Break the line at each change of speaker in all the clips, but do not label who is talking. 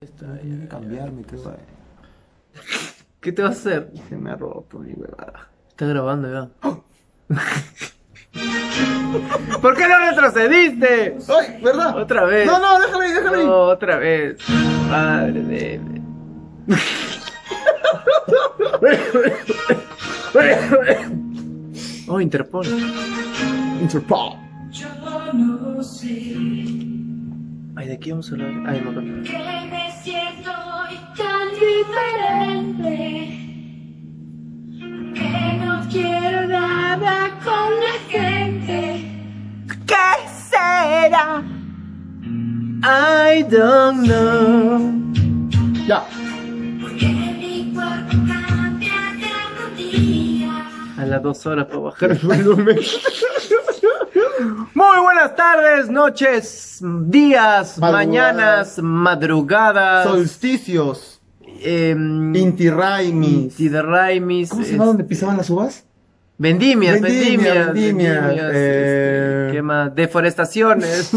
Está, ya, ya.
cambiarme, creo. eh.
¿Qué te va a hacer?
Se me ha roto mi huevada.
Está grabando ya. ¿Por qué no retrocediste?
¡Ay, verdad!
Otra vez.
No, no, déjame ahí, déjame ahí.
No, otra vez. Madre de. Oh, Interpol.
Interpol.
Ay, ¿de qué vamos a hablar? Ay, no, no.
Que me siento hoy tan diferente. Que no quiero nada con la gente.
¿Qué será? I don't know.
Ya.
Porque mi cuerpo cambia de algún día.
A las dos horas para bajar.
Volumen.
Muy buenas tardes, noches, días, mañanas,
Madrugadas.
madrugadas.
Solsticios.
em,
Inti Raimi.
Tiderraimis,
¿Cómo se
es-
llama donde pisaban las uvas?
Vendimias, vendimias,
Vendimia, vendimia,
vendimias,
eh.
este, ¿qué más? Deforestaciones.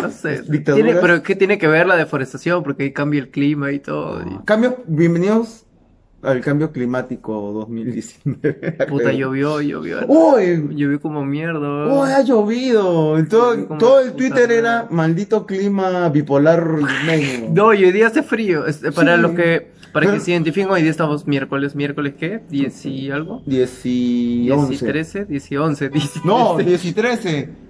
No sé.
Dictaduras.
Tiene- pero ¿qué tiene que ver la deforestación? Porque ahí cambia el clima y todo. y-
Cambio, bienvenidos al cambio climático 2019.
puta, llovió, llovió.
¡Uy!
Llovió como mierda.
eh. Uh. ¡Uy, ha llovido! En Todo,
Como
todo el
puta
Twitter
madre.
era maldito clima bipolar limeño.
No, y hoy día hace frío. este, para
Sí.
los que, para que
Pero-
se identifiquen, hoy día estamos miércoles, miércoles ¿qué? ¿Diez y algo?
10 y
¿Diez y
11.
trece? ¿Diez y once? ¿Diez y
No,
trece?
10 y 13.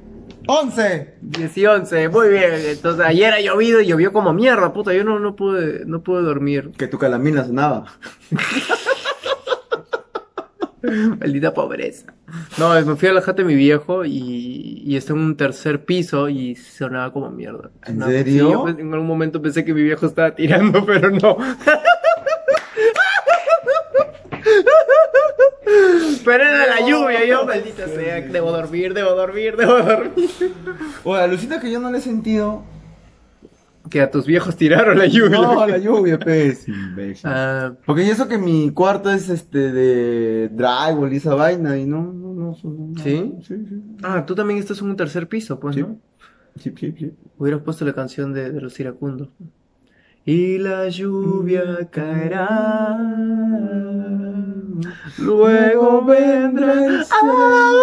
11.
Diez y once, muy bien. Entonces, ayer ha llovido y llovió como mierda, puta. Yo no, no pude, no pude dormir.
Que tu calamina sonaba.
Maldita pobreza. No, me fui a la jata de mi viejo y, y está en un tercer piso y sonaba como mierda.
¿En
No,
serio?
sí, yo pe- en algún momento pensé que mi viejo estaba tirando, pero no. Pero era la lluvia, yo maldita sea, debo dormir, debo dormir, debo dormir.
Oye, alucina que yo no le he sentido.
Que a tus viejos tiraron la lluvia.
No, la lluvia, pez. Imbécil.
Ah,
Porque y eso que mi cuarto es este de drywall y esa vaina y no, no, no, sonó nada.
¿Sí?
Sí, sí.
ah, tú también estás en un tercer piso, pues,
Sí.
¿no?
Sí, sí, sí.
Hubieras puesto la canción de, de los iracundos. Y la lluvia caerá. Luego vendrá el sol.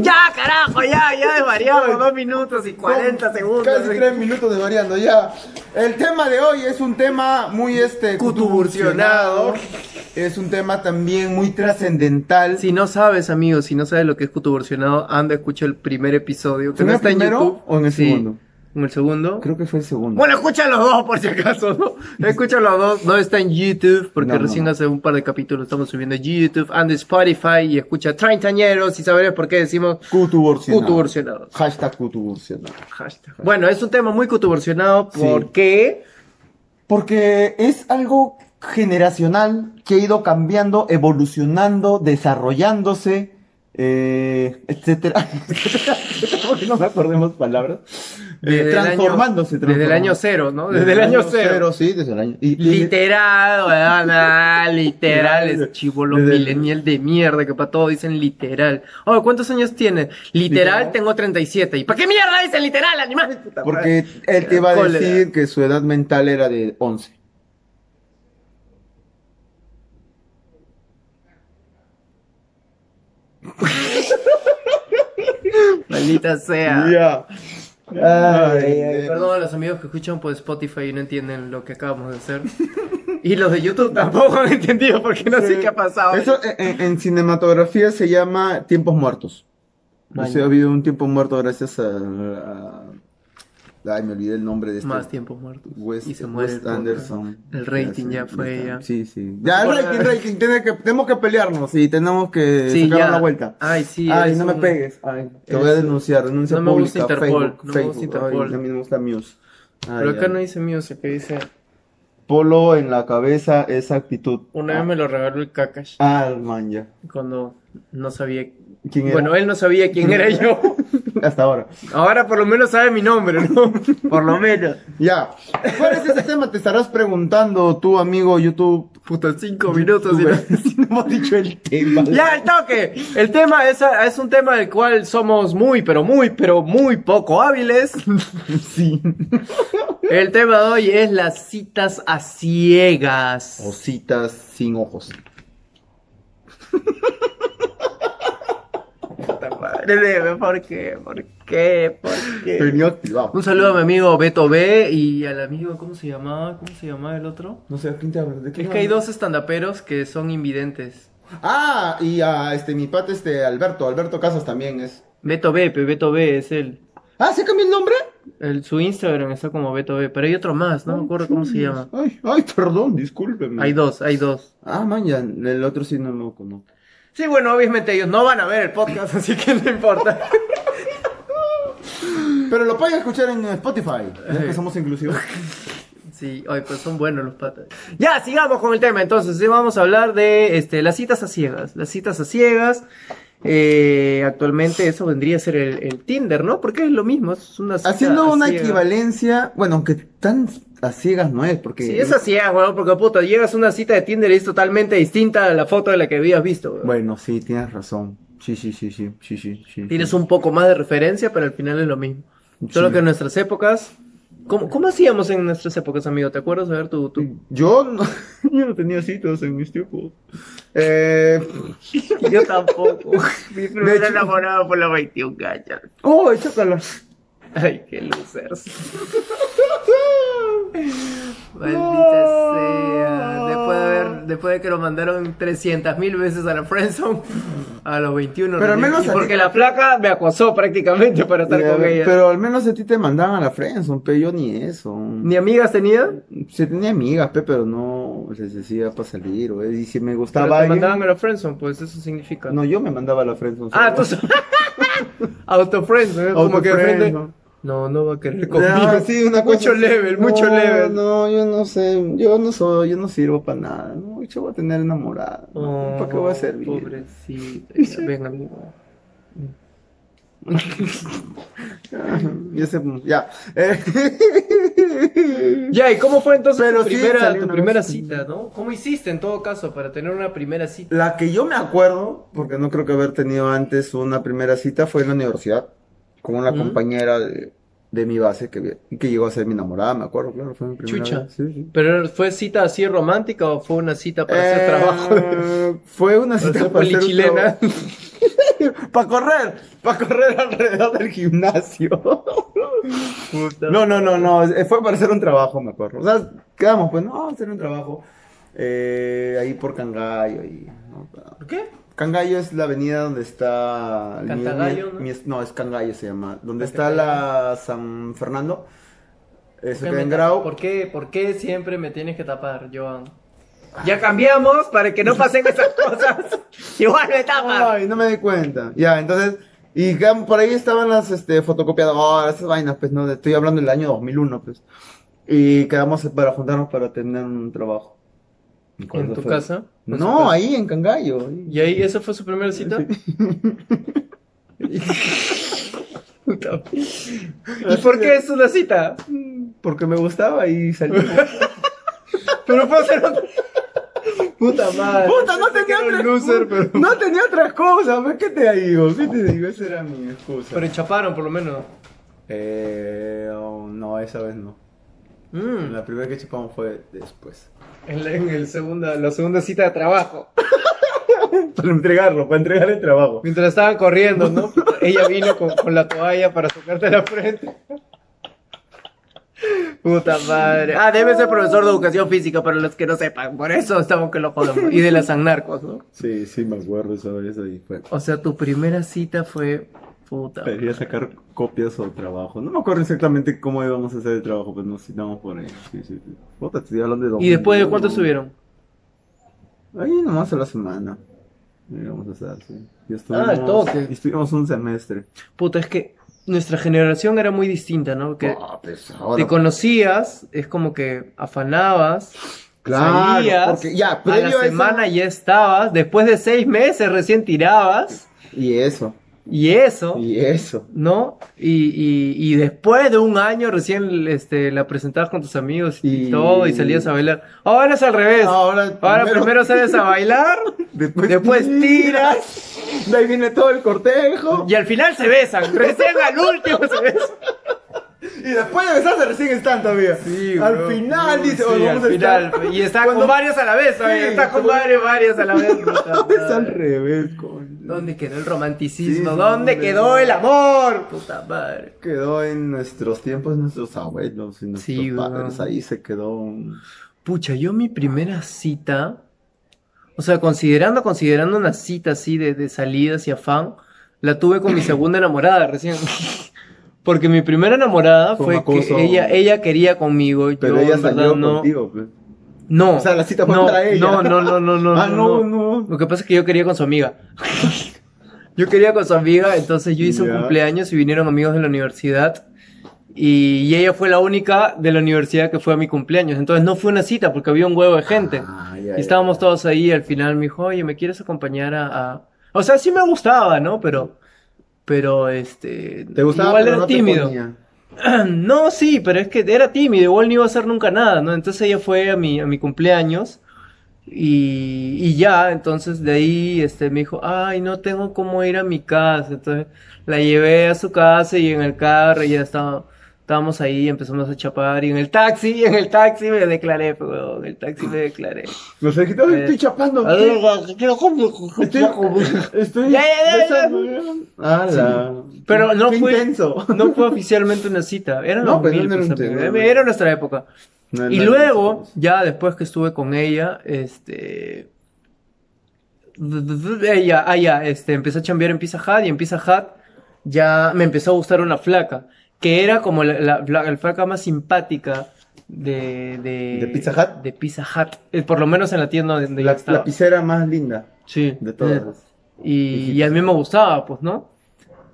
ya, carajo, ya, ya desvariamos. Dos minutos y cuarenta segundos. eh.
Casi tres minutos de variando ya. El tema de hoy es un tema muy este
Cutuburcionado.
Es un tema también muy trascendental.
Si no sabes, amigos, si no sabes lo que es cutuborcionado, anda, escucha el primer episodio. Que
¿Fue
no
en el
está en
primero
YouTube.
o en el
Sí,
segundo?
En el segundo.
Creo que fue el segundo.
Bueno, escucha los dos por si acaso, ¿no? Escucha los dos, no está en YouTube, porque
No, no,
recién
no.
hace un par de capítulos estamos subiendo a YouTube, and Spotify, y escucha treintañeros y sabrás por qué decimos
Cutuburcionado.
cutuborcionados.
Hashtag cutuburcionado.
Hashtag. Bueno, es un tema muy cutuborcionado
Sí.
porque
Porque es algo generacional que ha ido cambiando, evolucionando, desarrollándose, eh, etcétera. Porque no me acordemos palabras. Eh,
desde el año-
transformándose,
desde el año
transformándose.
cero, ¿no? Desde, el año cero.
sí, desde el año. y- y-
Literal, weón, ah, literal,
Desde-
es chivolo
desde-
millennial de mierda, que para todo dicen literal. Oh, ¿cuántos años tiene? Literal,
Literal.
tengo 37. ¿Y para qué mierda dicen literal, animal? Puta madre.
Porque él te iba a
Cólera.
decir que su edad mental era de 11.
Maldita sea.
Ya. Ay,
Eh,
eh,
Perdón a los amigos que escuchan por Spotify y no entienden lo que acabamos de hacer. Y los de YouTube tampoco han entendido porque no sé qué ha pasado.
Eso en, en- en cinematografía se llama tiempos muertos. O
Vaya.
sea, ha habido un tiempo muerto gracias a, a- Ay, me olvidé el nombre de este.
Más tiempo muerto.
Wes,
y se muere
Wes
el-
Anderson.
El rating ya
sí,
fue
está.
ya.
Sí, sí. Ya, el
Bueno,
rating, rating. tiene que, tenemos que pelearnos y tenemos que
Sí,
sacar
ya.
una vuelta.
Ay, sí.
Ay,
eres
no me
un-
pegues. Ay, te voy a
eres-
denunciar. Denuncia
No me gusta
pública.
Interpol,
Facebook,
no me
Facebook.
gusta Interpol.
Ay, también me gusta Muse. Ay,
Pero acá
ay.
no dice music, que dice.
Polo en la cabeza es actitud.
Una vez me lo regaló el Kakash
Ah, man, ya.
cuando no sabía.
¿Quién era?
Bueno, eh. él no sabía quién era yo.
Hasta ahora.
Ahora por lo menos sabe mi nombre, ¿no? Por lo menos.
Ya. ¿Cuál es ese tema? Te estarás preguntando tú, amigo YouTube,
Puta, cinco minutos.
Tú,
y no-
güey, si no hemos dicho el tema.
Ya, el toque. El tema es, es un tema del cual somos muy, pero muy, pero muy poco hábiles.
Sí.
El tema de hoy es las citas a ciegas.
O citas sin ojos.
Puta madre, Leo, ¿por qué? ¿Por qué? ¿Por qué?
Genio activado.
Un saludo a mi amigo Beto B y al amigo, ¿cómo se llamaba? ¿Cómo se llamaba el otro?
No sé, ¿a quién te hablas? ¿De quién
Es que hay
hablas?
dos estandaperos que son invidentes.
Ah, y a este, mi pata, este, Alberto. Alberto Casas también es.
Beto B, pe, Beto B es él.
Ah, ¿se cambió el nombre?
El- su Instagram está como Beto B, pero hay otro más, no me acuerdo cómo se llama.
Ay, ay, perdón, discúlpeme.
Hay dos, hay dos.
Ah, man, ya, el otro sí no lo conozco.
Sí, bueno, obviamente ellos no van a ver el podcast, así que no importa.
Pero lo pueden escuchar en Spotify, ya que
Sí.
somos inclusivos.
Sí, ay, pues son buenos los patas. Ya, sigamos con el tema. Entonces, sí, vamos a hablar de este, las citas a ciegas. Las citas a ciegas. eh, actualmente eso vendría a ser el, el Tinder, ¿no? Porque es lo mismo, es una cita
Haciendo
a
una
ciegas.
equivalencia, bueno, aunque tan a ciegas no es, porque...
Sí, es a ciegas, weón, porque puta, llegas a una cita de Tinder y es totalmente distinta a la foto de la que habías visto, weón.
Bueno, sí, tienes razón. Sí, sí, sí, sí, sí, sí, sí.
Tienes un poco más de referencia, pero al final es lo mismo. Solo
Sí.
que en nuestras épocas. ¿Cómo, cómo hacíamos en nuestras épocas, amigo? ¿Te acuerdas? A ver, tú. tú.
Yo no, yo no tenía citas en mis tiempos. Eh...
Yo tampoco. Mi primer
hecho-
enamorado por la 21 gachas.
¡Oh, chócala!
Ay, qué losers. Maldita sea. Después de, haber, después de que lo mandaron 300 mil veces a la Friendzone, a los 21.
Pero al
recién.
menos
Y
a ti-
porque la flaca me acosó prácticamente para estar
Ya,
con ella.
Eh, Pero al menos a ti te mandaban a la friendzone, pero yo ni eso.
¿Ni amigas tenía?
Se tenía amigas, pe, pero no les decía para salir, o y si me
Pero
gustaba
te
alguien-
mandaban a la Friendzone, pues eso significa.
No, yo me mandaba a la friendzone.
Ah,
solo.
tú Autofriends, ¿eh? Como que de
Autofriend,
frente.
¿no?
No, no va a querer conmigo.
Ya, Ah, sí, una cosa
Mucho
así.
level, mucho
No,
level.
No, yo no sé, yo no soy, yo no sirvo para nada. No, yo voy a tener enamorada. ¿no? ¿Para qué voy a
Oh,
servir?
Pobrecito. Ya, Ven, amigo.
Ah, Ya, sé, ya. Eh,
Ya, ¿y cómo fue entonces
Pero
tu
sí,
primera,
salió
tu
una
primera
vez.
cita, no? ¿Cómo hiciste en todo caso para tener una primera cita?
La que yo me acuerdo, porque no creo que haber tenido antes una primera cita, fue en la universidad, con una
¿Mm?
compañera de, de mi base que, que llegó a ser mi enamorada, me acuerdo, claro, fue mi primera
Chucha.
vez, sí, sí.
¿Pero fue cita así romántica o fue una cita para hacer
Eh,
trabajo? de-
Fue una
Para
cita
hacer
para hacer un
polichilena.
Para correr, para correr alrededor del gimnasio.
Puta.
No, no, no, no, eh, fue para hacer un trabajo, me acuerdo. O sea, quedamos, pues, no, hacer un trabajo. eh, ahí por Cangallo, ahí. ¿no?
¿Por qué?
Cangallo es la avenida donde está. el mi-
Cantagallo,
mi-
¿no?
mi es- no, es Cangallo se llama. Donde
Ah,
está la San Fernando. Eso
¿Por
queda
qué,
en
me-
Grau.
¿Por qué? por qué siempre me tienes que tapar, Joan? Ya cambiamos para que no pasen esas cosas. Igual me tapas.
Ay, no me di cuenta. Ya, entonces. Y quedamos- por ahí estaban las este, fotocopiadoras, esas vainas, pues, ¿no? Estoy hablando del año 2001, pues. Y quedamos para juntarnos para tener un trabajo.
¿En tu casa? ¿En su
No,
casa?
ahí en Cangallo.
¿Y ahí esa fue su primera cita? Puta. ¿Y por qué es una cita?
Porque me gustaba y salí.
Pero fue a hacer otra- Puta madre.
Puta, no
Pensé que era
tenía
un
otras
loser,
cosas.
pero...
No tenía otras cosas, pues, ¿qué te digo? ¿Qué te digo? Esa era mi excusa.
Pero chaparon, por lo menos.
Eh, oh, no, esa vez no.
Mm,
La primera que chupamos fue después.
en la, en el segunda, la segunda cita de trabajo.
Para entregarlo, para entregar el trabajo.
Mientras estaban corriendo, ¿no? Ella vino con, con la toalla para sacarte la frente. Puta madre. Ah, debe ser profesor de educación física, para los que no sepan. Por eso estamos que lo jodamos. Y de las Narcos, ¿no?
Sí, sí, me acuerdo esa vez ahí fue.
O sea, tu primera cita fue. Puta.
Quería sacar copias o trabajo. No me acuerdo exactamente cómo íbamos a hacer el trabajo, pero nos citamos por ahí. Sí, sí, sí. Puta, te estoy hablando de
¿Y después de
2001.
cuánto subieron?
Ahí nomás a la semana. Íbamos a hacer, sí. Y estuvimos,
Ah, toque.
y estuvimos un semestre.
Puta, es que nuestra generación era muy distinta, ¿no? Que
Ah, pues ahora-
te conocías, es como que afanabas.
Claro,
salías,
porque ya,
a
previo
la
a eso-
semana ya estabas, después de seis meses recién tirabas.
Y eso.
Y eso,
Y eso.
¿no? Y, y- y después de un año recién este, la presentabas con tus amigos y,
Y-
todo y salías a bailar. Ah, Ahora es al revés.
Ahora,
Pues, Ahora primero, sales a bailar, después, tiras
De ahí viene todo el cortejo.
y al final se besan. Recién al último se besan.
Y después de besarse recién están todavía. al final dice,
oye,
"Oye, vamos
al
a estar".
final. Y está con
Cuando-
varios a la vez, oye,
Sí,
está con
cuando-
varios, varios a la vez. Puta
Es al
madre.
revés, coño.
Ah. ¿Dónde quedó el romanticismo?
Sí,
¿Dónde
no,
quedó
no.
el amor? Puta madre.
Quedó en nuestros tiempos, nuestros abuelos y nuestros
Sí, weón.
padres. Ahí se quedó un-
Pucha, yo mi primera cita, o sea, considerando, considerando una cita así de, de salidas y afán, la tuve con mi segunda enamorada recién. Porque mi primera enamorada
Fue
fue
un acoso.
que ella, ella quería conmigo, y
Pero
yo
ella
en verdad
salió
no.
contigo, pues.
No.
O sea, la cita fue
no,
para ella.
No, no, no, no, no,
ah,
no,
no,
no.
no.
Lo que pasa es que yo quería con su amiga. Yo quería con su amiga, entonces yo hice un
Ya.
cumpleaños y vinieron amigos de la universidad. Y, y ella fue la única de la universidad que fue a mi cumpleaños. Entonces no fue una cita porque había un huevo de gente.
Ah, ya,
y estábamos todos ahí. y Al final me dijo, oye, ¿me quieres acompañar a, a-?" O sea, sí me gustaba, ¿no? Pero. Pero este.
¿Te gustaba?
Igual
pero
era
no te
tímido.
ponía.
No, sí, pero es que era tímido, igual no iba a hacer nunca nada, ¿no? Entonces ella fue a mi, a mi cumpleaños y, y ya, entonces de ahí este, me dijo, ay, no tengo cómo ir a mi casa. Entonces la llevé a su casa y en el carro y ya estaba, estábamos ahí, empezamos a chapar y en el taxi, en el taxi me declaré, pero en el taxi me declaré.
Nos dijiste, "Ay,
Eh,
estoy chapando. Estoy, estoy
Ya, ya, ya, ya.
besando. Ala.
Pero no
Qué
fue,
intenso.
no fue oficialmente una cita, era 2000,
No, pero no era un
pues,
tema,
amigo,
no.
era nuestra época.
No,
Y
no,
luego,
no.
ya después que estuve con ella, este. Ella, ah, ya, este, empecé a chambear en Pizza Hut y en Pizza Hut ya me empezó a gustar una flaca, que era como la, la- la- la flaca más simpática de, de.
¿De Pizza Hut?
De Pizza Hut, eh, por lo menos en la tienda donde yo
la
estaba.
lapicera más linda
Sí. Mm.
de todas.
Y, y a mí me gustaba, pues, ¿no?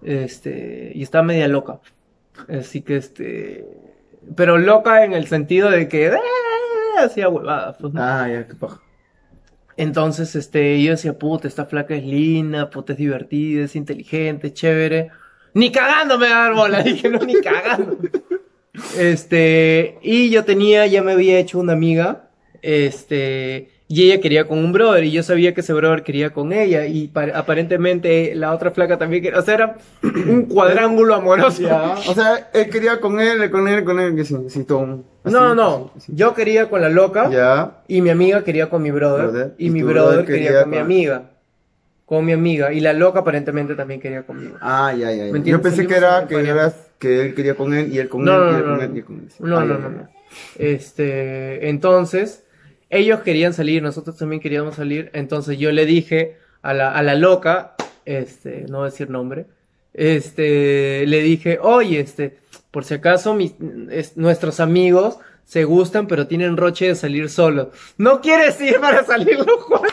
Este, y estaba media loca. Así que, este, pero loca en el sentido de que ¡ah! hacía huevadas, pues, ¿no?
Ah, ya, qué paja.
Entonces, este, yo decía, puta, esta flaca es linda, puta, es divertida, es inteligente, es chévere. Ni cagándome a dar bola, dije, no, ni cagando. Este, y yo tenía, ya me había hecho una amiga, este, y ella quería con un brother, y yo sabía que ese brother quería con ella, y pa- aparentemente la otra flaca también quería, o sea, era un cuadrángulo amoroso.
Ya. O sea,
eh,
él quería con él, con él, con él, que sí, sí, todo un- así,
No, no,
así, así.
yo quería con la loca,
Ya.
Y mi amiga quería con mi brother.
Brother.
Y
Y
mi
tu
brother,
brother
quería,
quería
con mi
con-
amiga. Con mi amiga. Y la loca aparentemente también quería conmigo.
Ah, ya, ya, ya.
¿Me entiendes?
Yo pensé que
Salimos
era
en
que
compañía.
eras que él quería con él y él con
No,
él
no,
y él
no,
con
no.
él y él con él.
No,
Ah,
no,
ya,
no,
ya.
no. Este, entonces, ellos querían salir, nosotros también queríamos salir. Entonces yo le dije a la, a la loca, este, no voy a decir nombre, este, le dije, oye, este, por si acaso mis, es- nuestros amigos se gustan, pero tienen roche de salir solos. ¿No quieres ir para salir los jueves?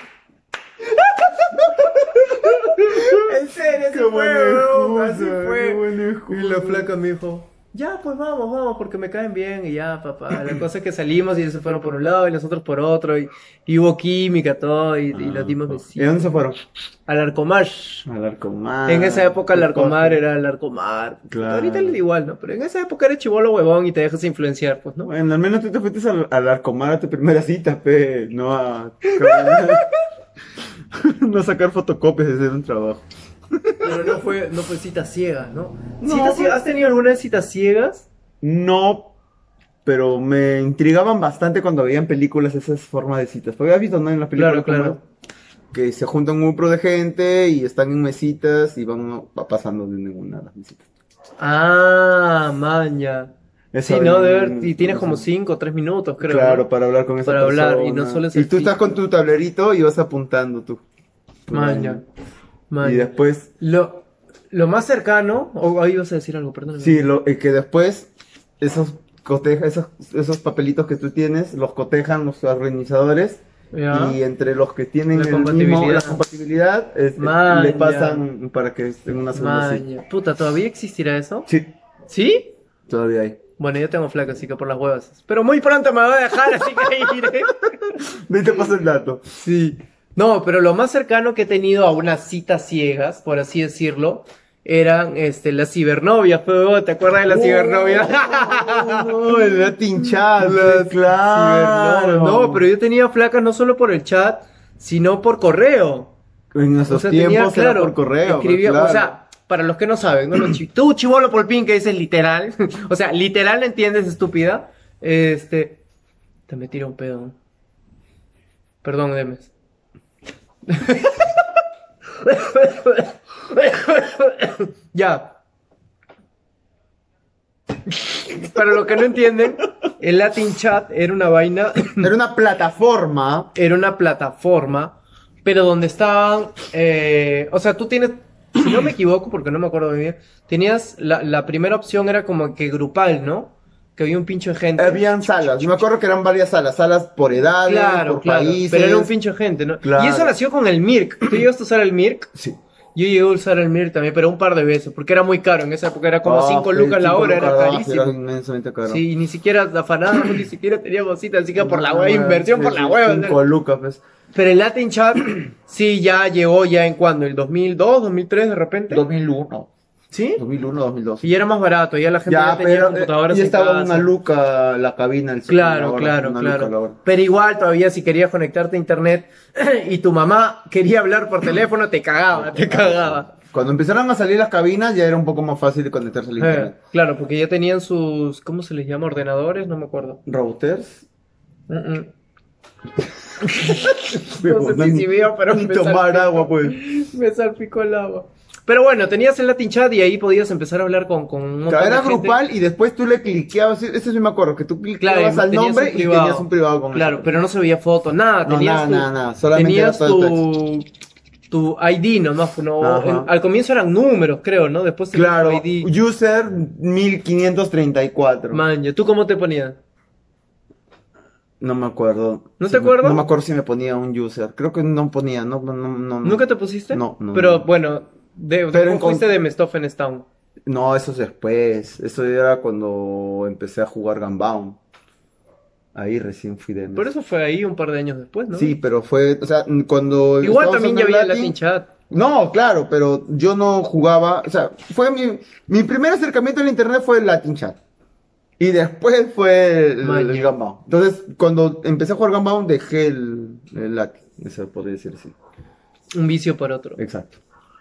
En serio, así
Qué
fue,
buena
weón, así
excusa,
fue.
qué buena
Y la
excusa.
flaca me dijo, ya, pues vamos, vamos, porque me caen bien. Y ya, papá, la cosa es que salimos y ellos se fueron por un lado y nosotros por otro. Y, y hubo química, todo, y, y
Ah,
los dimos
¿Y a
besitos.
dónde se fueron?
Al Arcomar.
Al Arcomar.
En esa época el
Qué
Arcomar
paja.
era el Arcomar.
Ah, Claro.
Ahorita le da igual, ¿no? Pero en esa época era chivolo huevón y te dejas influenciar, pues, ¿no?
Bueno, al menos tú te fuiste al, al Arcomar a tu primera cita, pe, no a no a sacar fotocopias de hacer un trabajo.
Pero no fue, no fue cita ciega, ¿no?
No,
¿Citas
pues-
¿Has tenido alguna de citas ciegas?
No, pero me intrigaban bastante cuando veían películas esas formas de citas. Porque habías visto, ¿no? En las
Claro,
películas
claro.
como que se juntan un pro de gente y están en mesitas y van va pasando de ninguna a las mesitas.
Ah, maña.
Eso
Sí, ¿no?
había-
De ver, y tienes como
eso.
5 o 3 minutos, creo.
mm, Claro,
¿no?
para hablar con esa
Para hablar, y no
persona.
solo es
Y
el
tú estás
físico.
con tu tablerito y vas apuntando tú.
Maña. Maña.
Y después,
Lo, lo más cercano, o ahí vas a decir algo, perdóname.
sí, lo, eh, que después esos coteja, esos, esos papelitos que tú tienes, los cotejan los organizadores
Ya.
y entre los que tienen
La
el mismo-
compatibilidad.
la compatibilidad, este,
Maña.
le pasan para que estén en una segunda cita.
Maña. Puta, ¿todavía existirá eso?
Sí,
¿Sí?
todavía hay.
Bueno, yo tengo flaca, así que por las huevas. Pero muy pronto me voy a dejar, así que ahí iré.
Ahí te paso el dato.
Sí. No, pero lo más cercano que he tenido a unas citas ciegas, por así decirlo, eran este, las cibernovias, pues, huevón, ¿te acuerdas de
Uh,
las cibernovias?
No, la tinchada, claro.
Cibernovias. No, pero yo tenía flacas no solo por el chat, sino por correo.
En nuestros tiempos era por correo.
escribía,
claro.
o sea, para los que no saben, ¿no? Los chi- tú, chivolo polpín, que dices literal, o sea, literal entiendes, estúpida, este, te me tira un pedo. Perdón, Demes. ya. Para los que no entienden, el Latin Chat era una vaina
Era una plataforma.
era una plataforma, pero donde estaban, eh, o sea, tú tienes, si no me equivoco, porque no me acuerdo muy bien, tenías, la, la primera opción era como que grupal, ¿no? Que había un pincho de gente.
Habían salas. Yo me acuerdo que eran varias salas. Salas por edades,
claro,
por
claro,
países.
pero era un pincho de gente, ¿no?
Claro.
Y eso nació con el MIRC. ¿Tú llegaste a usar el MIRC?
Sí.
Yo llegué a usar el MIRC también, pero un par de veces, porque era muy caro en esa época, era como
Ah,
5
sí,
lucas la
cinco
hora, era
lucas, ah, sí,
carísimo.
Era inmensamente caro.
Sí, y ni siquiera afanábamos, ni siquiera teníamos cita, así que por la hueva, inversión
Ah, Sí,
por la
sí,
hueva. ¿no?
Cinco lucas, pues.
Pero el Latin Chat sí ya llegó ya en cuando, el 2002, 2003 de repente.
2001.
¿Sí?
2001, 2002.
Y era más barato, ya la gente ya,
Ya,
tenía
pero eh,
computadoras
y
en
estaba
casa.
una luca la cabina. El
Claro,
celular,
claro,
una
claro.
luca la hora.
Pero igual todavía si querías conectarte a internet y tu mamá quería hablar por teléfono, te cagaba, te cagaba.
Cuando empezaron a salir las cabinas ya era un poco más fácil conectarse al
Eh,
internet.
claro, porque ya tenían sus, ¿cómo se les llama? Ordenadores, no me acuerdo.
¿Routers?
Mm, mm. No sé si sí veo, pero
Ni
me
tomar
salpicó.
agua, pues.
Me salpicó el agua. Pero bueno, tenías el Latin Chat y ahí podías empezar a hablar con, con un montón
Claro,
de
era
gente.
grupal y después tú le cliqueabas, e-, eso sí me acuerdo, que tú cliqueabas
Claro,
al
tenías
nombre
un
y
privado.
tenías un privado con
Claro,
eso.
pero no se veía foto, nada,
No,
tenías
nada,
tu,
nada, nada, solamente
tenías
era todo el
tu, tu ID nomás, no,
Ajá.
al comienzo eran números, creo, ¿no? Después tenías
Claro,
tu ID.
user 1534.
Maño, ¿tú cómo te ponías?
No me acuerdo.
¿No
Si
te
me-
acuerdas?
No me acuerdo si me ponía un user. Creo que no ponía, no, no, no. no.
¿Nunca te pusiste?
Mm. No, no,
Pero
no.
bueno, de,
Pero
¿cómo
en
fuiste
con-
de Mestofenes Town?
No, eso es después. Eso era cuando empecé a jugar Gunbound. Ahí recién fui de E
Por eso fue ahí un par de años después, ¿no?
Sí, pero fue, o sea, cuando
Igual también
estábamos en
ya había
Latin-
Latin Chat.
No, claro, pero yo no jugaba, o sea, fue mi, mi primer acercamiento al internet fue el Latin Chat. Y después fue el,
Maña.
el Gunbound. Entonces, cuando empecé a jugar Gunbound, dejé el, el Latin, eso podría decir así.
Un vicio por otro.
Exacto.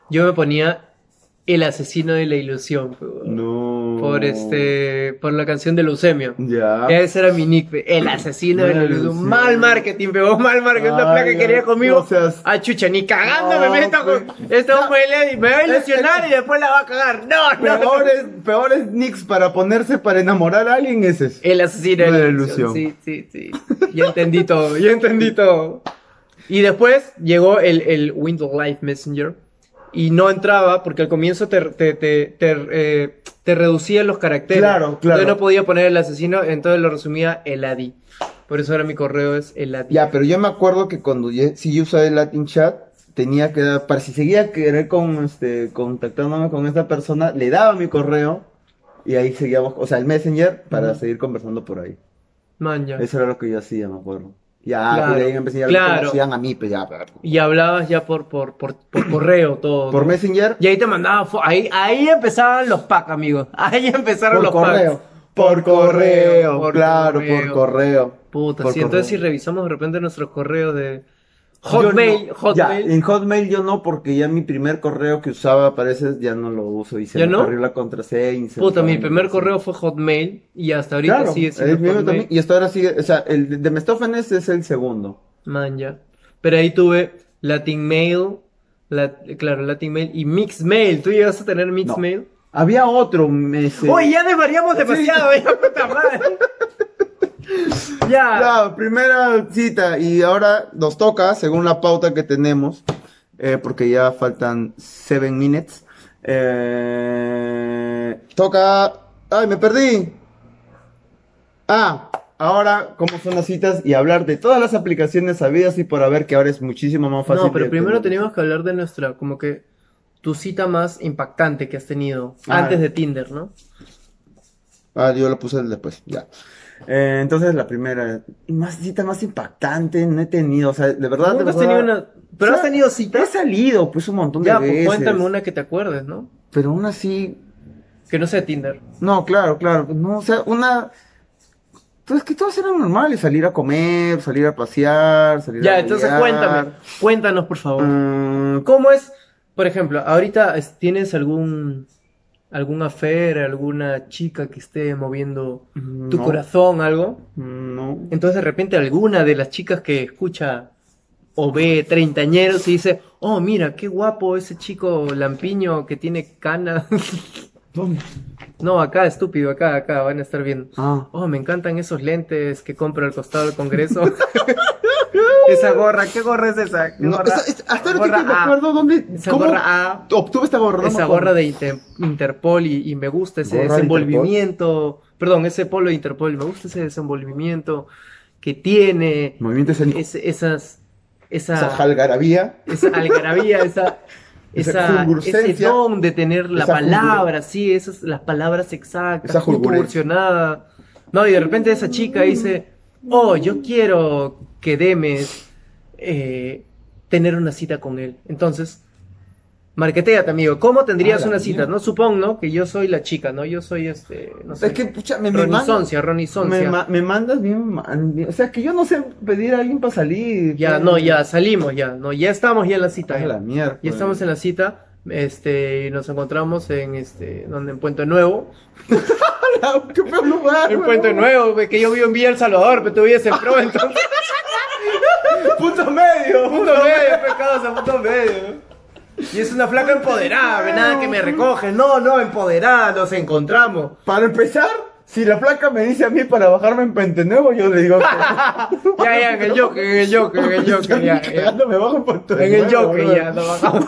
Yo me ponía El asesino de la ilusión, pe, weón.
No.
por este, por la canción de Leucemia.
Ya.
Ese era mi nick, pe. el asesino de la
Mal,
luz.
Ah. sí.
Mal marketing, pegó mal marketing. Esta
Ay,
placa quería
ay,
conmigo.
no seas-
Ah, chucha, ni cagando
No,
me meto
pues.
con. Este hombre le- me va a
Es-
ilusionar y después la va a cagar. No, no.
Peores, peores nicks para ponerse para enamorar a alguien es ese.
El asesino de la
No era
ilusión.
ilusión.
Sí, sí, sí. Ya entendí todo, ya entendí todo. Y después llegó el, el Windows Live Messenger y no entraba porque al comienzo te, te, te, te, eh, te reducían los caracteres.
Claro, claro.
Entonces no podía poner el asesino, entonces lo resumía el Adi. Por eso ahora mi correo es el Adi.
Ya, pero yo me acuerdo que cuando ye- si yo usaba el Latin Chat, tenía que dar, para si seguía querer con, este, contactándome con esta persona, le daba mi correo y ahí seguíamos, o sea, el Messenger para
Ujú.
seguir conversando por ahí.
Man, ya.
Eso era lo que yo hacía, me acuerdo. Ya,
Claro,
pues de ahí empecé a
claro.
conocían a mí, pues ya.
Y hablabas ya por, por, por, por correo todo.
Por Messenger,
Y ahí te mandaban fo- ahí, ahí empezaban los packs, amigos. Ahí empezaron
por
los
correo.
packs.
Por correo,
por
claro, por correo.
Puta,
Por
sí, entonces si
correo.
revisamos de repente nuestros correos de
Yo
Hotmail,
no.
Hotmail.
Ya, en Hotmail yo no, porque ya mi primer correo que usaba, parece, ya no lo uso. Y se
¿Ya
me
no?
perdió la contraseña. y se me
Puta, mi
perdió
primer
la
correo fue Hotmail y hasta ahorita
Claro,
sigue
el
siendo
mío
Hotmail.
también. Y hasta ahora sigue, o sea, el de- de Mestófanes es el segundo.
Man, ya. Pero ahí tuve Latin Mail, la- claro, Latin Mail y Mix Mail. ¿Tú llegaste a tener Mix
No.
Mail?
Había otro mes. eh,
Uy, ya desvariamos demasiado, ya puta madre. ya.
La primera cita y ahora nos toca, según la pauta que tenemos, eh, porque ya faltan seven minutes. eh, toca... ¡Ay, me perdí! Ah, ahora cómo son las citas y hablar de todas las aplicaciones sabidas y por haber que ahora es muchísimo más fácil.
No, pero
de
primero
tener.
teníamos que hablar de nuestra, como que tu cita más impactante que has tenido
Ah,
antes
ya.
de Tinder, ¿no?
Ah, yo lo puse después, ya. Eh, entonces la primera, y más cita más impactante, no he tenido, o sea, de verdad, de
Nunca has
verdad.
tenido una. ¿Pero
O
has
sea,
tenido
He
citas?
salido, pues un montón de
Ya, pues
veces.
cuéntame una que te acuerdes, ¿no?
Pero aún así,
Que no sea Tinder.
no, claro, claro. No, o sea, una. Pues que todos eran normales, salir a comer, salir a pasear, salir a
Ya, entonces
bailar.
cuéntame. Cuéntanos, por favor.
Mm,
¿Cómo es, por ejemplo, ahorita es- tienes algún algún affair, alguna chica que esté moviendo tu
no,
corazón, algo?
No.
Entonces de repente alguna de las chicas que escucha o ve treintañeros y dice, oh mira, qué guapo ese chico lampiño que tiene canas.
¿Dónde?
no, acá, estúpido, acá, acá, van a estar viendo.
Ah.
Oh, me encantan esos lentes que compro al costado del Congreso. esa gorra, ¿qué gorra es esa? ¿Qué
No,
gorra?
esa- es- hasta ahora
Gorra
que me
A.
acuerdo dónde.
Esa
¿Cómo
gorra A.
obtuve esta gorra? No me
esa
acuerdo.
gorra de Inter- Interpol y, y me gusta ese
Gorra de
desenvolvimiento. Perdón, ese polo de Interpol, me gusta ese desenvolvimiento que tiene.
Movimiento escénico.
es- esas. Esa,
Esa jalgarabía.
esa algarabía, esa.
Esa
Esa, ese
jungurcencia.
don de tener la
Esa
palabra, sí, esas las palabras exactas,
Esa jungurcencia.
proporcionada. No, y de repente esa chica dice, oh, yo quiero que Demes eh, tener una cita con él. Entonces, marqueteate, amigo, ¿cómo tendrías
A Ah, la
una cita?
mierda.
No supongo, ¿no? Que yo soy la chica, ¿no? Yo soy este, no sé.
Es que, pucha, me, me
Ronny
manda-
Soncia, Ronny Soncia.
Me, ma- me mandas bien, man- bien- O sea, que yo no sé pedir a alguien para salir.
Ya,
pues.
no, ya, salimos, ya, no, ya estamos ya en la cita.
A
ya.
la mierda.
Ya estamos en la cita, este, y nos encontramos en este, donde en Puente Nuevo.
la. ¡Qué peor lugar!
En
weón.
Puente Nuevo, güey, que yo vivo en Villa El Salvador, pero tú vives en Pro, entonces.
¡Punto medio!
punto medio, pecados a punto medio. Y es una flaca empoderada, ve, nada que me recoge. No, no, empoderada, nos encontramos.
Para empezar, si la placa me dice a mí para bajarme en Puente Nuevo, yo le digo. que-
Ya, ya, en el Joker, en el Joker, en el Joker, ya, ya.
Cagando, me bajo en Puente
En el
Nuevo,
Joker,
weón.
ya, nos bajamos.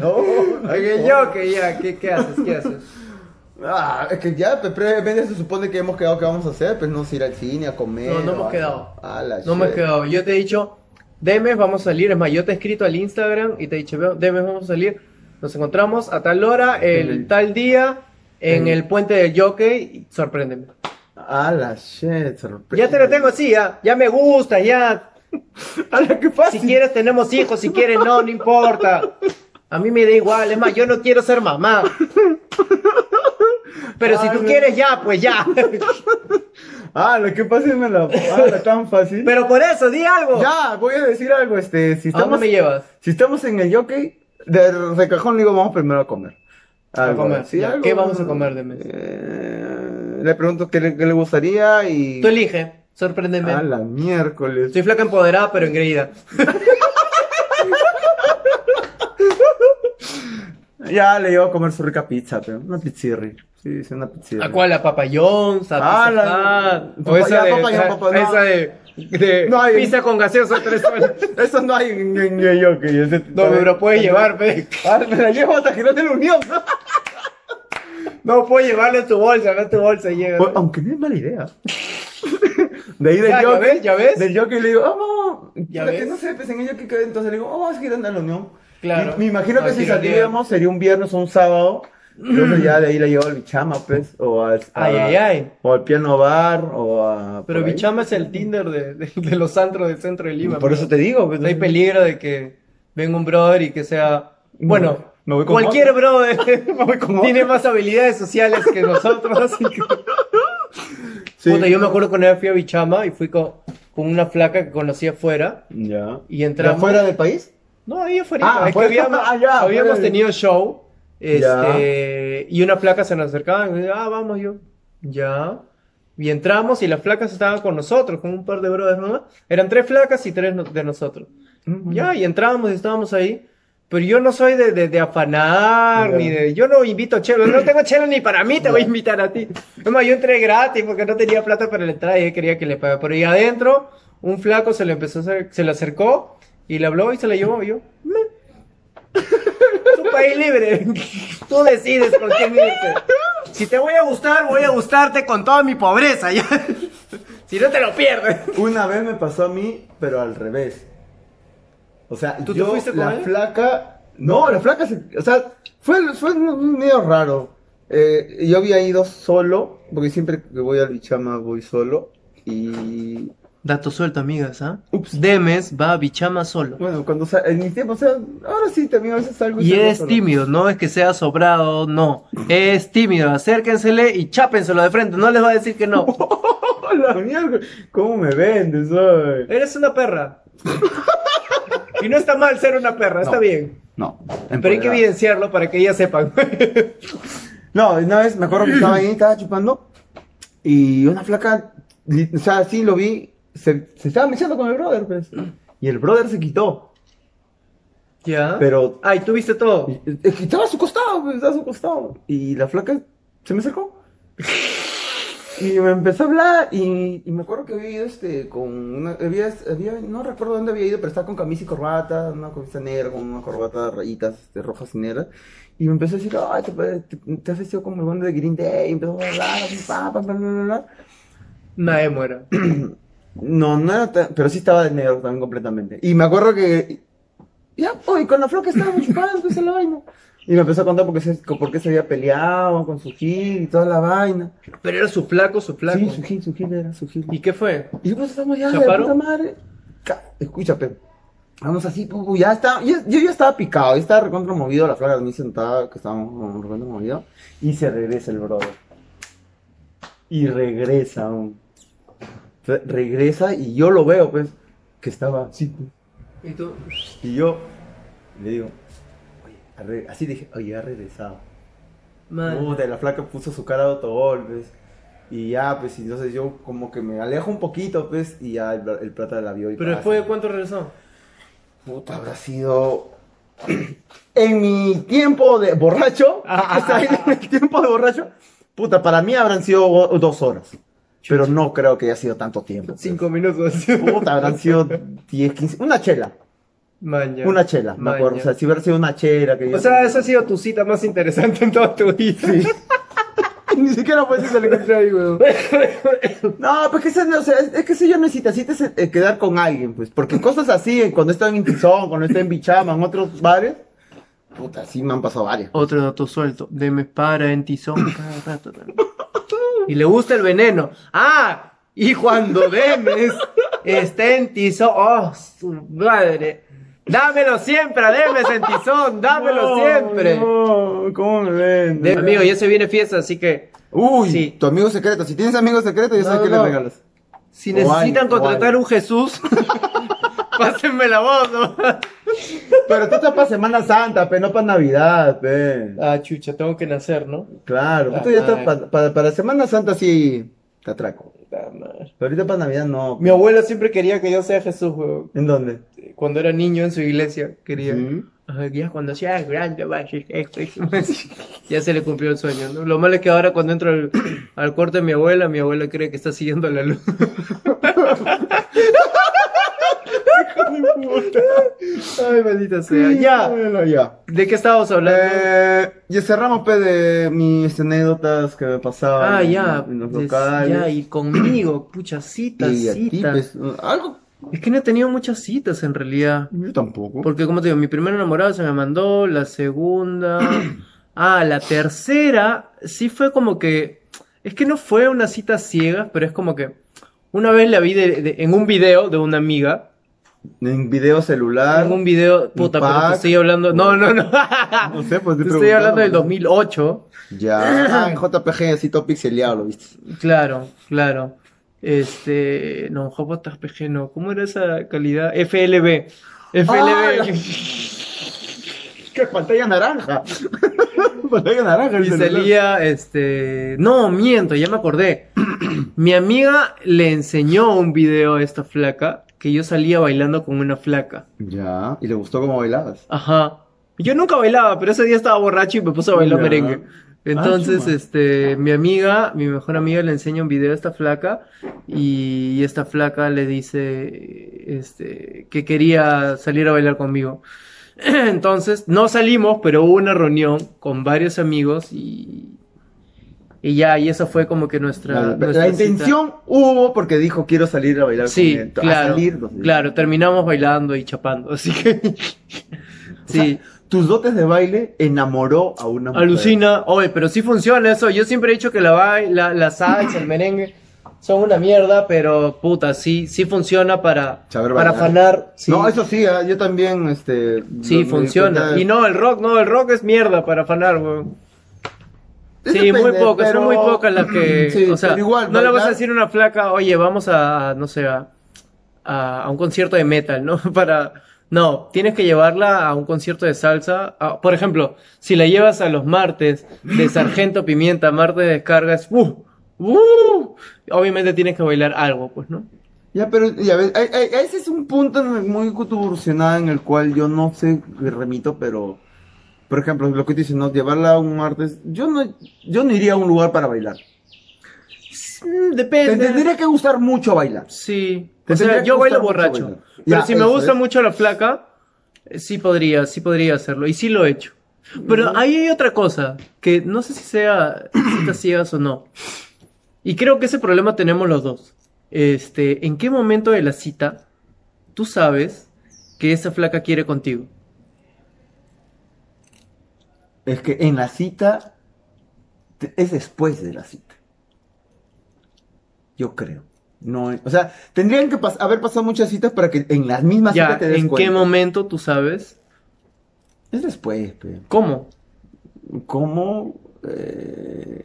No.
En el Joker, ya, ¿qué, qué haces? ¿Qué haces?
Ah, es que ya, pero previamente se supone que hemos quedado que vamos a hacer, pues no sé, ir al cine, a comer.
No, no
o
hemos
algo.
quedado.
Ah, la
No me he
shit.
quedado. Yo te he dicho, Demes, vamos a salir. Es más, yo te he escrito al Instagram y te he dicho, "Ve- Demes, vamos a salir. Nos encontramos a tal hora, el
En el-
tal día, en
en-
el puente del Jockey. y Sorpréndeme.
Ah, la shit, sorpresa.
Ya te lo tengo así, ya, ya me gusta, ya.
A la que pasa.
Si quieres tenemos hijos, si quieres no, no importa. A mí me da igual, es más, yo no quiero ser mamá. Pero si
Ay,
tú
no.
quieres ya, pues ya.
Ah, lo que pasa es me la. Ah, la tan fácil.
Pero por eso, di algo.
Ya, voy a decir algo, este, si
¿A dónde
estamos,
me llevas?
si estamos en el jockey, de recajón le digo, vamos primero a comer. Algo,
comer,
sí,
ya.
algo.
¿Qué vamos a comer, Demes?
Eh, le pregunto qué le, qué le gustaría y...
Tú elige, sorpréndeme.
A la miércoles.
Soy flaca empoderada, pero engreída.
Ya le llevo a comer su rica pizza, pero una pizzirri. Sí, sí, una pizzirri.
¿A cuál? ¿A Papa John's? ¿A Pizza
Ah, la-
Hut?
Papa- ya, Papa John,
a-
Papa-
a
no.
esa de, de
No hay-
pizza con gaseosa tres soles.
Eso no hay en, en el jockey. ese-
No, me lo puedes llevar, pe.
Ah, me la llevo hasta que no te la unión.
No, puedes llevarlo en tu bolsa, no en tu bolsa llega.
Bueno, Aunque no es mala idea. De ahí del
Ya, ya
jockey.
ves, ya ves.
Del jockey le digo, vamos.
Ya
la
ves.
que no sé, pues en el jockey que entonces le digo, oh, vamos a ir a la unión.
Claro.
Me, me imagino
No,
que
es
si
ir al día.
saliéramos sería un viernes o un sábado. Entonces ya de ahí la llevo al bichama, pues. O al. a-
Ay, ay, ay.
O al piano bar. O a.
Pero
por ahí.
Bichama es el Tinder de, de- de los antros del centro de Lima.
Por
pero
eso te digo. pues,
No hay peligro de que venga un brother y que sea... Bueno,
Me voy con
cualquier brother
con
tiene más habilidades sociales que nosotros, así que...
Sí.
Puta, yo me acuerdo cuando yo fui a Bichama y fui con, con una flaca que conocí afuera.
Ya.
Y entramos-
¿Ya fuera del país?
No, ahí afuera.
Ah,
es que
afuera.
habíamos,
Ah, ya,
habíamos
afuera.
tenido show.
Ya.
Este, y una flaca se nos acercaba y me decía, ah, vamos yo. Ya. Y entramos y las flacas estaban con nosotros, con un par de brothers nomás. Eran tres flacas y tres no- de nosotros. Mm, Ya, y entramos y estábamos ahí. Pero yo no soy de, de, de afanar,
Ya.
ni de. Yo no invito chelo, no tengo chelo ni para mí, te voy a invitar a ti. Es más, yo entré gratis porque no tenía plata para la entrada y yo quería que le pague. Pero ahí adentro, un flaco se le empezó a acer- se le acercó y le habló y se le llevó. Y yo, "Meh". Es un país libre. Tú decides con quién irte. Si te voy a gustar, voy a gustarte con toda mi pobreza. ya. Si no te lo pierdes.
Una vez me pasó a mí, pero al revés. O sea,
¿Tú te
yo,
fuiste con
la
él?
flaca... No, la flaca se... O sea, fue, fue un- medio raro. Eh, yo había ido solo, porque siempre que voy al bichama voy solo. Y
Dato suelto, amigas, ¿ah?
Ups.
Demes va a Bichama solo.
Bueno, cuando sa- en mis tiempos, o sea, ahora sí también a veces salgo
Y
salgo
es
solo.
tímido, no es que sea sobrado, no. Es tímido, acérquensele y chápenselo de frente, no les va a decir que no.
¡Hola, mierda! ¿Cómo me vendes hoy?
Eres una perra. Y no está mal ser una perra, está
No.
bien.
No,
Pero hay que
bien.
evidenciarlo para que ellas sepan.
No, una vez me acuerdo que estaba ahí, estaba chupando. Y una flaca, li- o sea, sí lo vi. Se, se estaba mechando con el brother, pues. Y el brother se quitó.
¿Ya?
Pero-
Ay, ¿tú viste todo?
Y- eh, y- y Estaba a su costado, pues, estaba a su costado. Y la flaca se me acercó. Y me empezó a hablar. Y, y me acuerdo que había ido este, con una. Había, había- no recuerdo dónde había ido, pero estaba con camisa y corbata, una camisa negra, con una corbata de rayitas este, rojas y negras. Y me empezó a decir, ay, te, pare- te, te has vestido como el bando de Green Day. Y empezó a hablar, así, pa, pa, bla, bla, bla, bla.
Nadie muera.
No, no era tan- pero sí estaba de negro también completamente. Y me acuerdo que. Ya, hoy con la flor que estaba chupando, pues la vaina. Y me empezó a contar por qué se, por qué se había peleado con su gil y toda la vaina.
Pero era su flaco, su flaco.
Sí, su gil, su gil era su gil.
¿Y qué fue?
Y yo, pues estamos ya, de
¿Chaparon?
puta madre. Ca- Escucha, pero. Vamos así, pu, pu, ya está. Yo, yo ya estaba picado, ya estaba recontra movido, la flaca de mí sentada, que estábamos como recontra movido. Y se regresa el brother. Y regresa aún. Re- Regresa y yo lo veo, pues, que estaba así. pues.
¿Y tú?
Y yo le digo, oye, ha re- así dije, oye, ha regresado.
Madre.
Puta, y "Uh, la flaca puso su cara de autogol, pues. Y ya, pues, entonces yo como que me alejo un poquito, pues, y ya el, pla- el plata la vio y
Pero
pasa.
después de cuánto regresó?
Puta, habrá sido... En mi tiempo de borracho,
Ah,
o sea, en el tiempo de borracho, puta, para mí habrán sido o- dos horas. Pero no creo que haya sido tanto tiempo. pues.
Cinco minutos.
Puta, habrán sido 10, 15, una chela.
Maña.
Una chela, me
Maña.
acuerdo. O sea, si hubiera sido una chela que yo-
O sea, esa ha sido tu cita más interesante en toda tu vida.
Ni siquiera fue se le encontré ahí, weón. No, pues que esa no, o sea, es, es que eso yo necesito, así te se- eh, quedar con alguien, pues. Porque cosas así, eh, cuando están en Tizón, cuando están en Bichama, en otros bares, puta, sí me han pasado varias.
Otro dato suelto. Deme para en tizón cada rato. también. Y le gusta el veneno. ¡Ah! Y cuando Demes esté en tizón. ¡Oh, su madre! ¡Dámelo siempre a Demes en tizón! ¡Dámelo siempre!
No, ¿cómo me ven?
De- amigo, ya se viene fiesta, así que
Uy,
Sí.
tu amigo secreto. Si tienes amigo secreto, ya
No,
sabes
no,
qué
no.
le regalas.
si
O
necesitan
algo, o
contratar
algo.
un Jesús, pásenme la voz. ¿no?
Pero tú estás para Semana Santa, pe, no para Navidad, pe.
Ah, chucha, tengo que nacer, ¿no?
Claro,
Ah,
tú ya estás
madre.
pa- para, para Semana Santa sí te atraco.
Ah, madre.
Pero ahorita para Navidad no.
Mi abuela siempre quería que yo sea Jesús, weón.
¿En dónde?
Cuando era niño en su iglesia, quería.
Sí.
Ajá, Ya cuando seas grande, va a ser esto, esto, esto. ya se le cumplió el sueño, ¿no? Lo malo es que ahora cuando entro al, al cuarto de mi abuela, mi abuela cree que está siguiendo la luz. Ay, maldita sea.
ya.
Ya,
Bueno, ya.
¿de qué estábamos hablando?
Eh, y cerramos pe, de mis anécdotas que me pasaban
ah,
en-
ya.
en los
des-
locales.
ya, y conmigo, pucha, citas,
Y a ti,
citas.
pues, algo.
Es que no he tenido muchas citas en realidad.
Yo tampoco.
Porque, como te digo, mi primera enamorada se me mandó, la segunda. Ah, la tercera sí fue como que. Es que no fue una cita ciega, pero es como que. Una vez la vi de- de- en un video de una amiga.
En video celular.
En un video. Puta, pero
pack.
te estoy hablando. No, no, no.
No sé, pues
Te
estoy
estoy hablando del
preguntando.
2008.
Ya. Ah, en JPG así todo pixeleado, lo viste.
Claro, claro. Este. No, JPG no. ¿Cómo era esa calidad? FLB.
Ah,
FLB.
Que pantalla naranja. pantalla naranja. el
Y
celular.
salía, este... No, miento, ya me acordé. Mi amiga le enseñó un video a esta flaca que yo salía bailando con una flaca.
Ya. Y le gustó cómo bailabas.
Ajá. Yo nunca bailaba, pero ese día estaba borracho y me puse a bailar
Ya. Ah,
merengue. Entonces,
chuma.
este, mi amiga, mi mejor amiga le enseña un video a esta flaca y esta flaca le dice, este, que quería salir a bailar conmigo. Entonces, no salimos, pero hubo una reunión con varios amigos y, y ya, y eso fue como que nuestra,
La, la
nuestra cita.
intención hubo porque dijo quiero salir a bailar
Sí,
con él.
claro,
A salir, pues, no sé.
claro, terminamos bailando y chapando, así que, sí.
Tus dotes de baile enamoró a una mujer.
Alucina, oye, pero sí funciona eso. Yo siempre he dicho que la, bai- la, la salsa, el merengue, son una mierda, pero puta, sí, sí funciona para,
Saber
para
bailar.
afanar. sí.
No, eso sí, ah, yo también, este...
Sí,
me- me di
funciona.
cuenta-
Y no, el rock, no, el rock es mierda para afanar, weón.
Es
Sí,
depende,
muy pocas, son
pero-
muy pocas las que.
Sí,
o sea,
pero igual,
no le vas a
bailar-
decir a una flaca, oye, vamos a, no sé, a, a- a un concierto de metal, ¿no? Para. No, tienes que llevarla a un concierto de salsa. a- por ejemplo, si la llevas a los martes de Sargento Pimienta, martes de descargas, ¡uh! ¡uh! Obviamente tienes que bailar algo, pues, ¿no?
Ya, pero ya ves, hay- hay- ese es un punto en- muy contursionado en el cual yo no sé, le remito, pero por ejemplo, lo que tú dices, no llevarla un martes, yo no, yo no iría a un lugar para bailar.
Mm,
Te
Depende.
tendría que gustar mucho bailar.
Sí.
Te
O sea,
tendría que
yo bailo
gustar mucho
borracho.
bailar.
Pero
Ya,
si me
eso
gusta
es.
mucho la flaca, eh, sí podría, sí podría hacerlo. Y sí lo he hecho. Pero ahí hay otra cosa, que no sé si sea citas ciegas o no. Y creo que ese problema tenemos los dos. Este, ¿en qué momento de la cita tú sabes que esa flaca quiere contigo?
Es que en la cita te- es después de la cita. Yo creo. No, es- o sea, tendrían que pas- haber pasado muchas citas para que en las mismas
Ya,
citas te des
¿en qué
cuenta.
momento tú sabes?
Es después, pero.
¿Cómo?
como eh,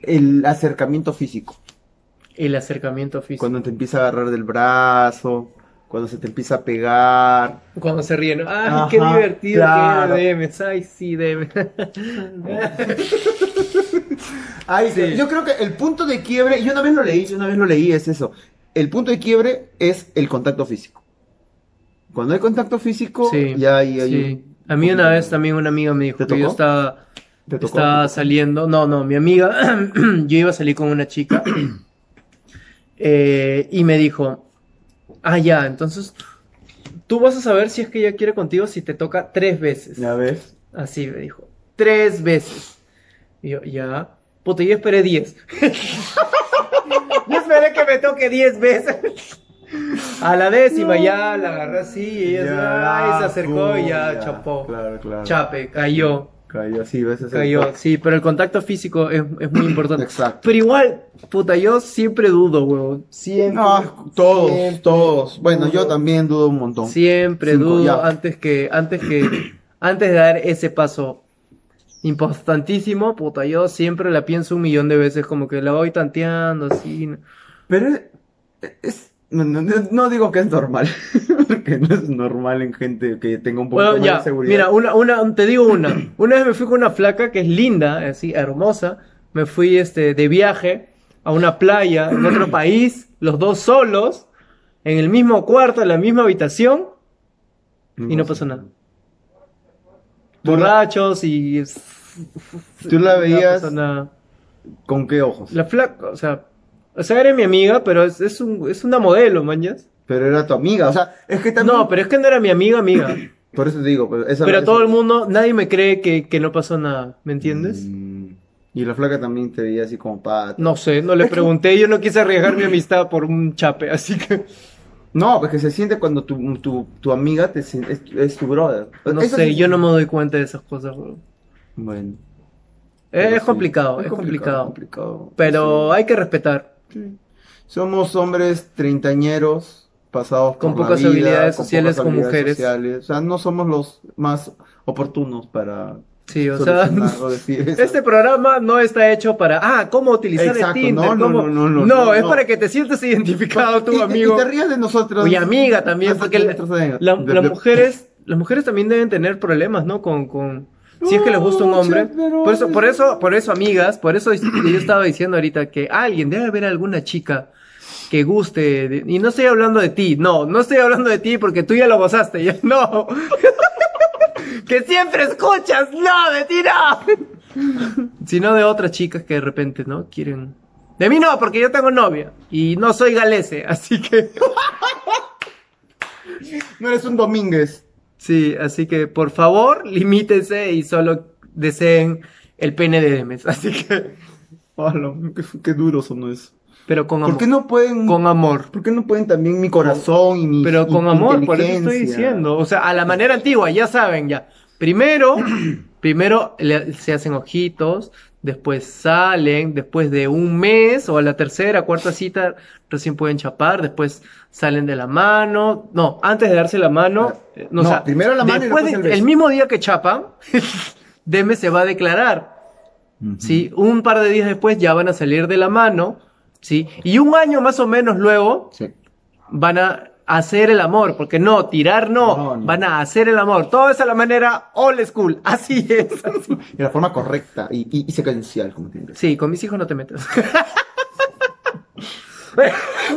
el acercamiento físico.
El acercamiento físico. Cuando,
Cuando te empieza a agarrar del brazo, cuando se te empieza a pegar.
se ríen. ¿no? ¡Ay, qué
Ajá,
divertido!
claro.
que era, DM! ¡Ay, sí, DM!
Ay,
Sí.
Yo creo que el punto de quiebre, yo una vez lo leí, yo una vez lo leí, es eso. El punto de quiebre es el contacto físico. Cuando hay contacto físico,
Sí,
ya ahí hay
sí.
un-
A mí una vez también una amiga me dijo
¿Te
que yo
tocó?
estaba,
te tocó.
estaba saliendo. No, no, mi amiga, yo iba a salir con una chica. eh, y me dijo, ah, ya, entonces tú vas a saber si es que ella quiere contigo si te toca tres veces.
Ya ves.
Así me dijo. Tres veces. Y yo, ya. Puta, yo esperé diez. yo esperé que me toque diez veces. A la décima ya la agarré así y ella
Ya,
ay, se acercó y ya,
ya,
chapó.
Claro, claro.
Chape, cayó.
Cayó, sí, ves ese-
Cayó. Sí, pero el contacto físico es, es muy importante.
Exacto.
Pero igual, puta, yo siempre dudo, huevón. Siempre.
No, Ah, todos,
siempre
todos. Bueno, yo
dudo.
también dudo un montón.
Siempre
Cinco,
dudo
ya.
antes que antes que antes de dar ese paso importantísimo, puta, yo siempre la pienso un millón de veces como que la voy tanteando así.
Pero es, es- no, no- no- no digo que es normal, porque no es normal en gente que tenga un poquito
Bueno,
más de
ya,
seguridad.
mira, una una te digo una. Una vez me fui con una flaca que es linda, así hermosa, me fui este de viaje a una playa en otro país, los dos solos en el mismo cuarto, en la misma habitación y no pasó nada.
¿Tú la,
Borrachos y
tú la
no
veías
pasó nada.
con qué ojos?
La flaca, o sea, o sea, era mi amiga, pero es, es, un, es una modelo, mañas.
Pero era tu amiga, o sea, es que también...
No, pero es que no era mi amiga, amiga.
Por eso te digo, pero, esa-
Pero
esa-
todo el mundo, nadie me cree que, que no pasó nada, ¿me entiendes?
Mm, Y la flaca también te veía así como pata.
No sé, no le pregunté, yo no quise arriesgar mi amistad por un chape, así que
No, porque se siente cuando tu, tu, tu amiga te, sien- es, es tu brother.
no
Eso
sé,
sí-
yo no me doy cuenta de esas cosas. bro.
Bueno.
Eh,
pero
Es
sí,
complicado, es complicado.
complicado.
Pero hay que respetar,
Somos hombres treintañeros, pasados
Con
por la
pocas
vida,
habilidades
con
sociales,
pocas
con
habilidades
mujeres.
sociales. O sea, no somos los más oportunos para
sí, o sea...
solucionar o decir eso.
Este programa no está hecho para, ah, cómo utilizar el
Exacto,
Tinder,
no, no,
cómo-
no, no, no,
No,
no,
es
no.
para que te sientas identificado
Y-
tu
y-
amigo.
Y te rías de nosotros.
Oye, amiga también,
Nosotros,
porque la-
nuestros amigos.
la-
De-
las
de-
mujeres, las mujeres también deben tener problemas, ¿no? Con, con si es que les gusta un
Pucha,
hombre.
pero-
Por eso, por eso, por eso, amigas, por eso es- yo estaba diciendo ahorita que alguien debe haber alguna chica que guste, de- y no estoy hablando de ti, no, no estoy hablando de ti porque tú ya lo gozaste, ya no. que siempre escuchas, no, de ti no. Sino de otras chicas que de repente, ¿no? Quieren. De mí no, porque yo tengo novia y no soy galese, así que.
No eres un Domínguez.
Sí, así que por favor, limítense y solo deseen el pene de Demes. Así que,
Hola, qué, qué duro sonó eso.
pero con amor.
¿Por qué no pueden,
Con amor.
por qué no pueden también mi corazón y mi
Pero
y
con
mi
amor, por eso estoy
inteligencia?
diciendo. O sea, a la manera antigua, ya saben, ya. Primero, Primero le- se hacen ojitos, después salen, después de un mes o a la tercera, cuarta cita recién pueden chapar, después salen de la mano. No, antes de darse la mano, eh, no, o
Ah, No,
sea,
primero la mano y
después
después
de-
el beso.
mismo día que chapan, Deme se va a declarar. ¿sí?
Mm.
Un par de días después ya van a salir de la mano, ¿sí? Y un año más o menos luego
Sí.
van a hacer el amor, porque no, tirar no,
No, no.
van a hacer el amor. Todo es a la manera old school, así es. así.
De la forma correcta y, y, y secuencial, como tiene que ser.
Sí, con mis hijos no te metas.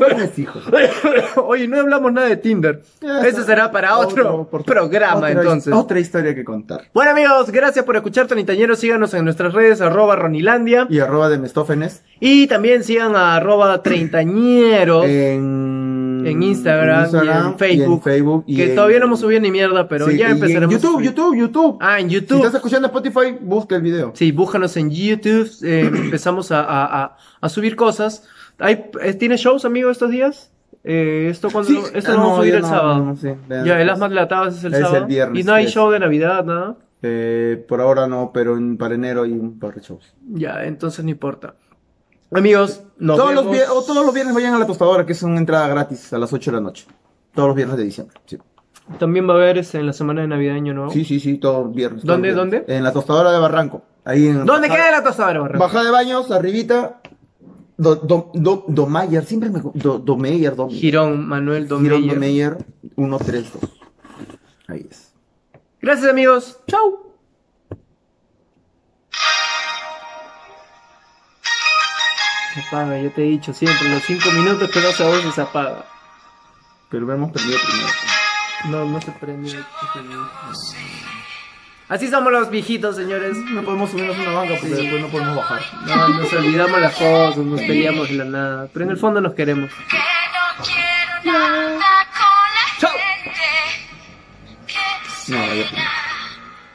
Tienes hijos.
Oye, no hablamos nada de Tinder.
Ya
Eso
está.
será para otro,
por-
programa
otra his-
entonces.
Otra historia que contar.
Bueno amigos, gracias por escuchar Tonitañero. Síganos en nuestras redes, arroba Ronilandia.
Y arroba de Mestófenes
Y también sigan a arroba treintañeros.
Eh, en,
en Instagram, y en Facebook,
Facebook, y
que
en-
todavía no hemos subido ni mierda, pero
Sí, y
ya
en
empezaremos. a
YouTube,
subir.
YouTube, YouTube.
Ah, en
Si
YouTube.
estás escuchando Spotify, busca el video.
Sí, búscanos en YouTube. eh, empezamos a, a- a- a subir cosas. ¿Hay, eh, ¿Tienes shows, amigo, estos días? Eh, esto cuando,
Sí,
esto
ah,
lo
no,
vamos a subir
ya
el
no,
sábado.
no, sí, ya
ya,
no,
el
pues.
Asmas Latadas es el
Es el
sábado.
viernes,
y no hay
tres.
show de Navidad, nada.
Eh, por ahora no, pero en, para enero hay un par de shows.
Ya, entonces no importa. Amigos, nos
Todos los,
vemos.
vier- o todos los viernes vayan a la tostadora, que es una entrada gratis a las 8 de la noche. Todos los viernes de diciembre. Sí,
También va a haber este, en la semana de Navidad Año Nuevo.
sí, sí, sí, todos viernes. todos
¿Dónde,
viernes.
dónde?
En la tostadora de Barranco. Ahí en
¿Dónde
Bajada-
queda la tostadora, Barranco?
Bajada de baños, arribita. Do, do, do, do Mayer, siempre me. co- Do, do Mayer, do,
Girón, Manuel
Girón
Domeyer.
do Mayer, 132. Ahí es.
Gracias, amigos. Chau. Se apaga, yo te he dicho siempre, los cinco minutos que das a voces se apaga.
Pero lo hemos perdido primero.
No, no se prende. Así somos los viejitos, señores.
No podemos subirnos a una banca porque después no podemos bajar.
No, nos olvidamos las cosas, nos peleamos en la nada. Pero en el fondo nos queremos.
Que no quiero nada con la gente que
No, ya.